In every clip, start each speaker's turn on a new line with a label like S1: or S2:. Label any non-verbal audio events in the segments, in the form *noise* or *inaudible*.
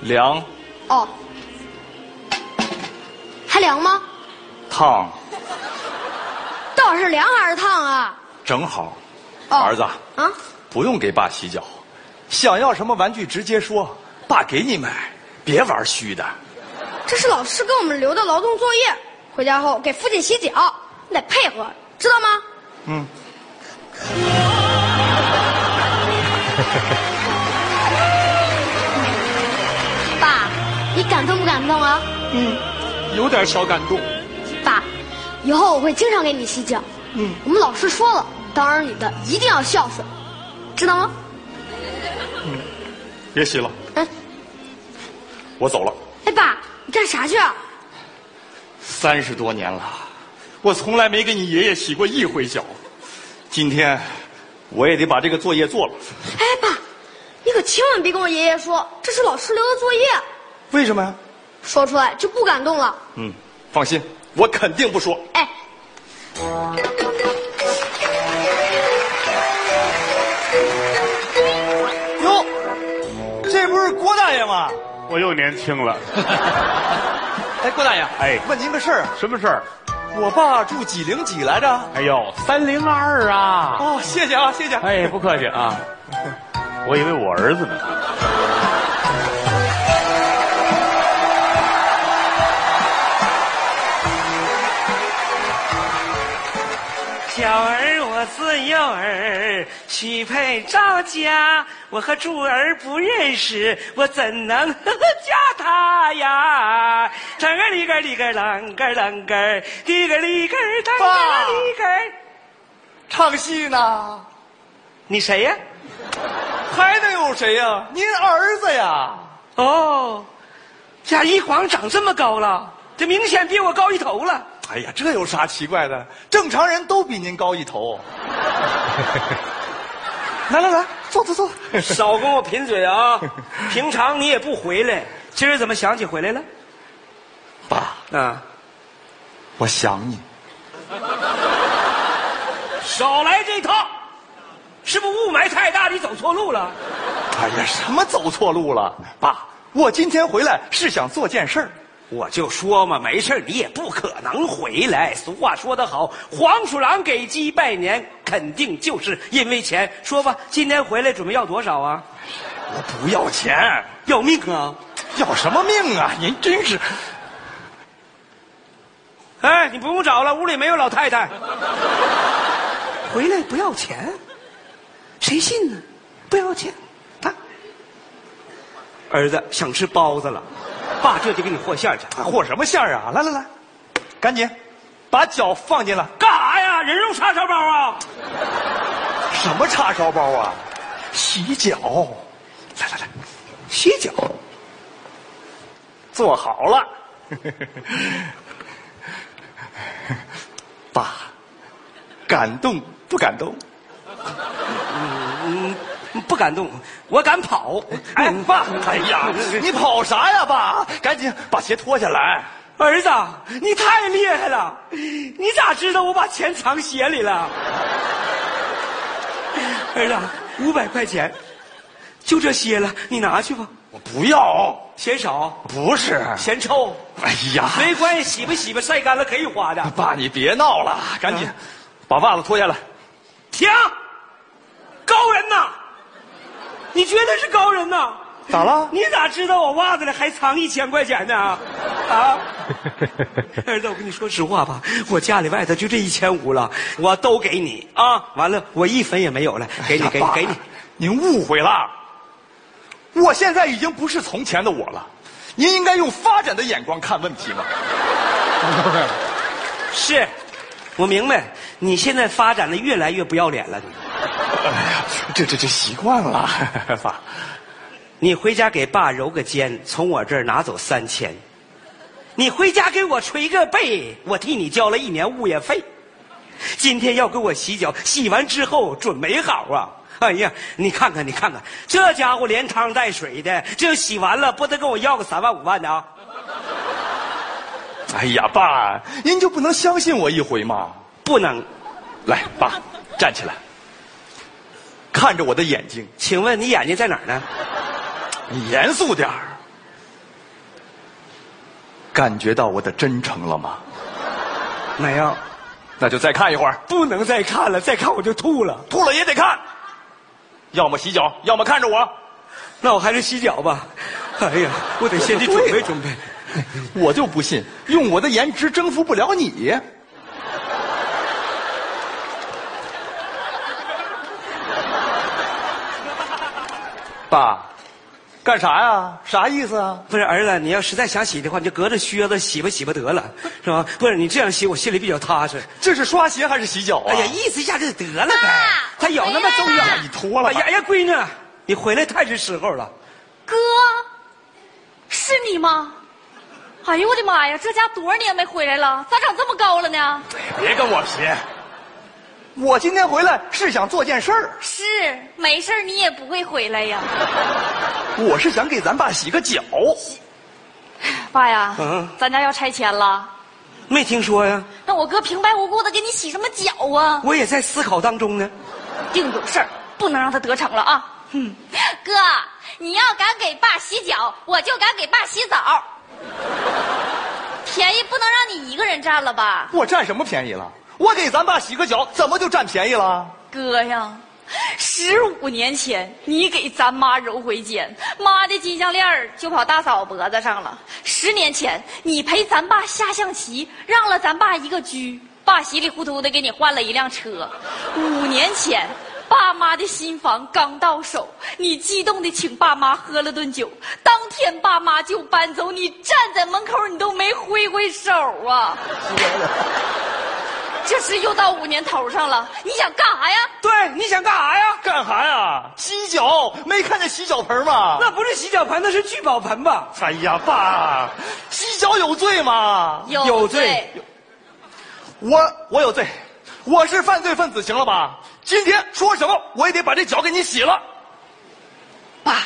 S1: 凉、
S2: 哦，还凉吗？
S1: 烫，
S2: 到底是凉还是烫啊？
S1: 正好。
S2: 哦
S1: 儿子，
S2: 啊，
S1: 不用给爸洗脚，想要什么玩具直接说，爸给你买，别玩虚的。
S2: 这是老师给我们留的劳动作业，回家后给父亲洗脚，你得配合，知道吗？
S1: 嗯，
S2: *laughs* 爸，你感动不感动啊？
S3: 嗯，有点小感动。
S2: 爸，以后我会经常给你洗脚。
S3: 嗯，
S2: 我们老师说了，当儿女的一定要孝顺，知道吗？
S1: 别洗了，
S2: 哎，
S1: 我走了。
S2: 哎，爸，你干啥去啊？
S1: 三十多年了，我从来没给你爷爷洗过一回脚，今天我也得把这个作业做了。
S2: 哎，爸，你可千万别跟我爷爷说这是老师留的作业，
S1: 为什么呀？
S2: 说出来就不感动了。
S1: 嗯，放心，我肯定不说。
S2: 哎，
S1: 哟，这不是郭大爷吗？
S3: 我又年轻了。
S1: *laughs* 哎，郭大爷，
S3: 哎
S1: 问您个事儿啊，
S3: 什么事儿？
S1: 我爸住几零几来着？
S3: 哎呦，三零二啊！
S1: 哦，谢谢啊，谢谢。
S3: 哎，不客气啊。我以为我儿子呢。
S4: 小儿我自幼儿许配赵家，我和柱儿不认识，我怎能嫁他呀？啷个里个里个啷个啷个里个里个啷个里个，
S1: 唱戏呢？
S4: 你谁呀？
S1: 还能有谁呀、您儿子呀？
S4: 哦，贾一黄长这么高了，这明显比我高一头了。
S1: 哎呀，这有啥奇怪的？正常人都比您高一 *laughs* 头。来来来，坐坐坐。
S4: 少跟我贫嘴啊！平常你也不回来，今儿怎么想起回来了？
S1: 爸，
S4: 啊，
S1: 我想你。
S4: 少来这套，是不是雾霾太大，你走错路了？
S1: 哎呀，什么走错路了？爸，我今天回来是想做件事儿。
S4: 我就说嘛，没事儿你也不可能回来。俗话说得好，黄鼠狼给鸡拜年，肯定就是因为钱。说吧，今天回来准备要多少啊？
S1: 我不要钱，
S4: 要命啊！
S1: 要什么命啊？您真是……
S4: 哎，你不用找了，屋里没有老太太。回来不要钱，谁信呢？不要钱，他儿子想吃包子了，爸这就给你和馅儿去。
S1: 还和什么馅儿啊？来来来，赶紧把脚放进来。
S4: 干啥呀？人肉叉烧包啊！
S1: 什么叉烧包啊？洗脚。来来来，洗脚。做好了。 *laughs* 爸，感动不感动？
S4: 不敢动，我敢跑。哎，爸，
S1: 哎呀，你跑啥呀，爸？赶紧把鞋脱下来。
S4: 儿子，你太厉害了！你咋知道我把钱藏鞋里了？儿子，五百块钱，就这些了，你拿去吧。
S1: 我不要，
S4: 嫌少，
S1: 不是。
S4: 嫌臭，
S1: 哎呀，
S4: 没关系，洗吧洗吧，晒干了可以花的。
S1: 爸，你别闹了，赶紧把袜子脱下来。
S4: 停！高人呐，你绝对是高人呐！
S1: 咋了
S4: 你咋知道我袜子里还藏一千块钱呢？
S1: *laughs*
S4: 啊！儿子，我跟你说实话吧，我家里外头就这一千五了，我都给你啊！完了，我一分也没有了，给你，
S1: 哎呀
S4: 给你
S1: 爸，
S4: 给你。
S1: 您误会了，我现在已经不是从前的我了，您应该用发展的眼光看问题嘛。
S4: 是，我明白，你现在发展的越来越不要脸了。你，
S1: 这这这习惯了， *laughs* 爸，
S4: 你回家给爸揉个肩，从我这儿拿走三千。你回家给我捶个背，我替你交了一年物业费。今天要给我洗脚，洗完之后准没好啊！哎呀，你看看，你看看，这家伙连汤带水的，这洗完了不得跟我要个三万五万的啊？
S1: 哎呀，爸，您就不能相信我一回吗？
S4: 不能，
S1: 来，爸，站起来，看着我的眼睛，
S4: 请问你眼睛在哪儿呢？
S1: 你严肃点儿。感觉到我的真诚了吗？
S4: 没有，
S1: 那就再看一会儿，
S4: 不能再看了，再看我就吐了。
S1: 吐了也得看，要么洗脚，要么看着我，
S4: 那我还是洗脚吧。哎呀，我得先去准备准备。
S1: 我就不信用我的颜值征服不了你。爸，干啥呀？啥意思啊？
S4: 不是儿子，你要实在想洗的话，你就隔着靴子洗吧洗吧得了，是吧？不是你这样洗，我心里比较踏实。
S1: 这是刷鞋还是洗脚啊？
S4: 哎呀，意思一下就得了呗
S2: 爸。
S4: 他有那么重
S2: 回
S4: 要
S2: 来了？
S1: 你脱了吧
S4: 哎呀哎呀，闺女，你回来太是时候了。
S5: 哥，是你吗？哎呦我的妈呀，这家多少年没回来了，咋长这么高了呢？
S1: 别跟我贫。我今天回来是想做件事儿，
S5: 是，没事儿你也不会回来呀，
S1: 我是想给咱爸洗个脚。
S5: 爸呀，
S4: 嗯
S5: 咱家要拆迁了，
S4: 没听说呀，
S5: 那我哥平白无故的给你洗什么脚啊？
S4: 我也在思考当中呢。
S5: 定有事儿，不能让他得逞了 *laughs* 啊！哼，
S2: 哥，你要敢给爸洗脚，我就敢给爸洗澡。
S5: 便宜不能让你一个人占了吧？
S1: 我占什么便宜了？我给咱爸洗个脚，怎么就占便宜了？
S5: 哥呀，十五年前你给咱妈揉回肩，妈的金项链儿就跑大嫂脖子上了。十年前你陪咱爸下象棋，让了咱爸一个车，爸稀里糊涂的给你换了一辆车。五年前。爸妈的新房刚到手，你激动的请爸妈喝了顿酒，当天爸妈就搬走，你站在门口你都没挥挥手啊！这是又到五年头上了，你想干啥呀？
S4: 对，你想干啥呀？
S1: 哎干啥呀？洗脚？没看见洗脚盆吗？
S4: 那不是洗脚盆，那是聚宝盆吧？
S1: 哎呀，爸，洗脚有罪吗？
S4: 有罪
S1: 我我有罪，我是犯罪分子，行了吧？今天说什么我也得把这脚给你洗了。
S5: 爸，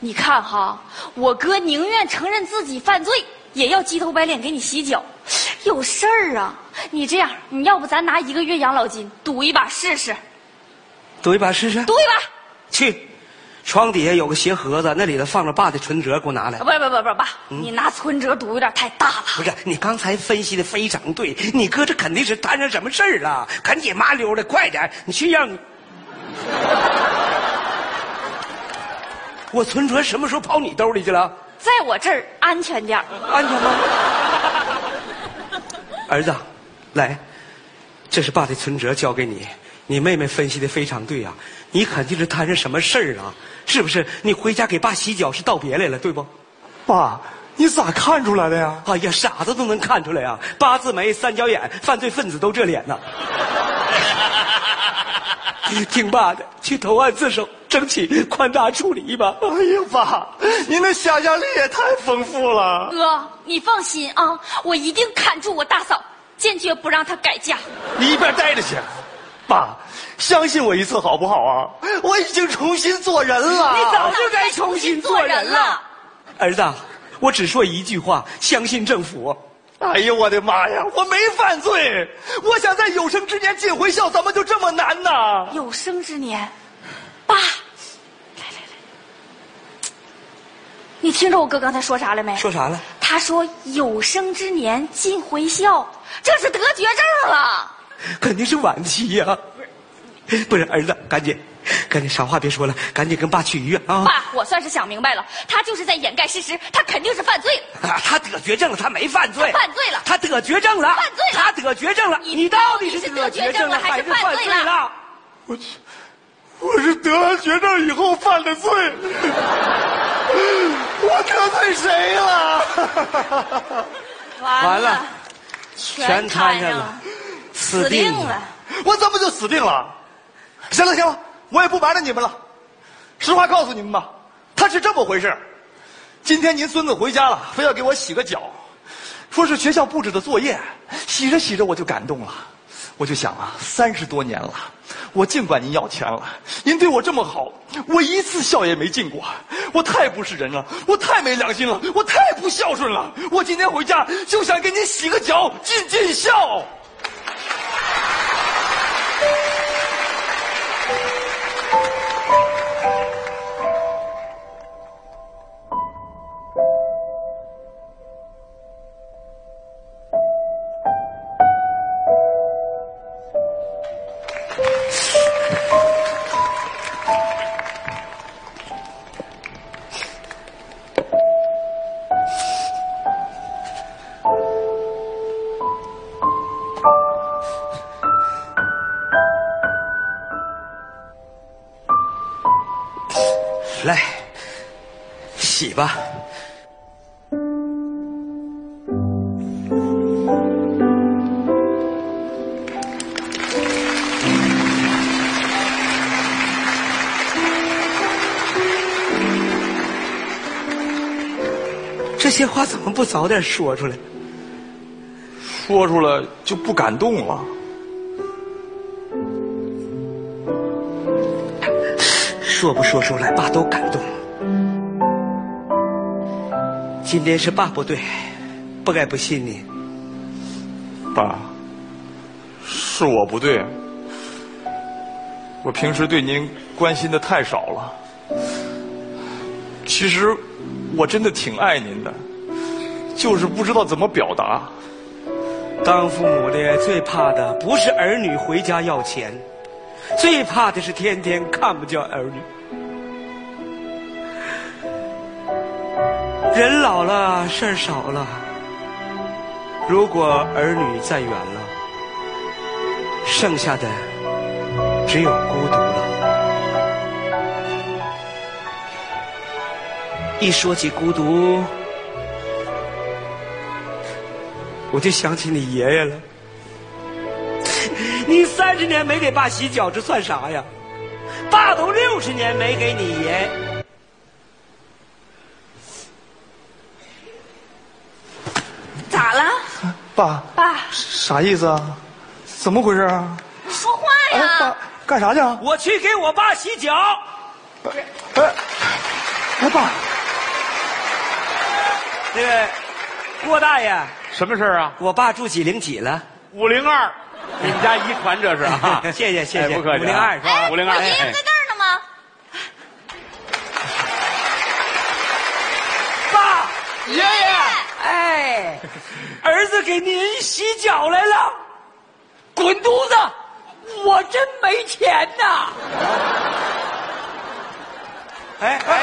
S5: 你看哈，我哥宁愿承认自己犯罪，也要鸡头白脸给你洗脚，有事儿啊！你这样，你要不咱拿一个月养老金赌一把试试？
S4: 赌一把试试。
S5: 赌一把？
S4: 去，床底下有个鞋盒子，那里头放着爸的存折，给我拿来
S5: 啊，。不是不是不是不是，爸，
S4: 嗯
S5: 你拿存折赌有点太大了。
S4: 不是，你刚才分析的非常对，你哥这肯定是摊上什么事儿了，赶紧麻溜的，快点儿，你去让你。 *laughs* 我存折什么时候跑你兜里去了？
S5: 在我这儿安全点儿
S4: 安全吗？ *laughs* 儿子，来，这是爸的存折，交给你。你妹妹分析的非常对啊，你肯定是摊上什么事儿了，是不是？你回家给爸洗脚是道别来了，对不？
S1: 爸，你咋看出来的呀？
S4: 哎呀，傻子都能看出来啊！八字眉、三角眼，犯罪分子都这 *laughs* 脸呐。听爸的，去投案自首，争取宽大处理吧。
S1: 哎呀，爸，您的想象力也太丰富了。
S5: 哥，你放心啊，我一定砍住我大嫂，坚决不让她改嫁。
S4: 啊
S1: 你一边待着去，爸，相信我一次好不好啊？我已经重新做人了。
S4: 你
S5: 哎
S4: 早就该重新做人了。儿子，我只说一句话，相信政府。
S1: 哎呦我的妈呀！我没犯罪，我想在有生之年尽回孝，怎么就这么难呢？
S5: 有生之年，爸，来来来，你听着我哥刚才说啥了没？
S4: 说啥了？
S5: 他说有生之年尽回孝，这是得绝症了。
S4: 肯定是晚期呀、不是儿子，赶紧，赶紧，啥话别说了，赶紧跟爸去医院啊！
S5: 爸，我算是想明白了，他就是在掩盖事实，他肯定是犯罪了。
S4: 啊，他得绝症了，他没犯罪，
S5: 他犯罪了
S4: 他得绝症了，
S5: 犯罪了
S4: 他得绝症了。
S5: 你
S4: 你到底是
S5: 到底是
S4: 得
S5: 得
S4: 绝
S5: 绝
S4: 症
S5: 症
S4: 了
S5: 了
S4: 还
S5: 还
S4: 是
S5: 是
S4: 犯
S5: 犯
S4: 罪
S5: 罪
S4: 了
S5: 了？
S1: 我去，我是得了绝症以后犯的罪，我得罪谁了？
S5: 完
S4: 完了全摊
S5: 全
S4: 上
S5: 摊上
S4: 了
S5: 了，
S4: 死定
S5: 定了。
S1: 我怎么就死定了？行了行了，我也不瞒着你们了，实话告诉你们吧，他是这么回事。今天您孙子回家了，非要给我洗个脚，说是学校布置的作业，洗着洗着我就感动了，我就想啊，三十多年了，我尽管您要钱了，您对我这么好，我一次笑也没尽过，我太不是人了，我太没良心了，我太不孝顺了，我今天回家就想给您洗个脚，尽尽孝。
S4: 来，洗吧。这些话怎么不早点说出来？
S1: 说出来就不感动了。
S4: 说不说出来，爸都感动。今天是爸不对，不该不信你。
S1: 爸，是我不对，我平时对您关心的太少了。其实我真的挺爱您的，就是不知道怎么表达。
S4: 当父母的最怕的不是儿女回家要钱，最怕的是天天看不见儿女。人老了，事儿少了。如果儿女再远了，剩下的只有孤独了。一说起孤独，我就想起你爷爷了。 *laughs* 你三十年没给爸洗脚，这算啥呀？爸都六十年没给你爷。
S5: 咋了，
S1: 爸，
S5: 爸？
S1: 啥意思啊？怎么回事啊？
S5: 你说话
S1: 哎，
S5: 呀
S1: 爸！，干啥去啊？
S4: 我去给我爸洗脚。
S1: 哎，哎，爸，
S4: 那个郭大爷，
S3: 什么事儿啊？
S4: 我爸住几零几了？？
S3: 五零二，你们家遗传这是啊
S4: *laughs* 谢谢谢谢
S3: 哎不客气啊。
S4: 502是吧
S3: 五零二，
S5: 我爷爷
S3: 哎
S5: 不在这儿呢吗？
S4: 爸，
S1: 爷爷，
S4: 哎， *laughs* 儿子给您洗脚来了，滚犊子！我真没钱呐。哎哎哎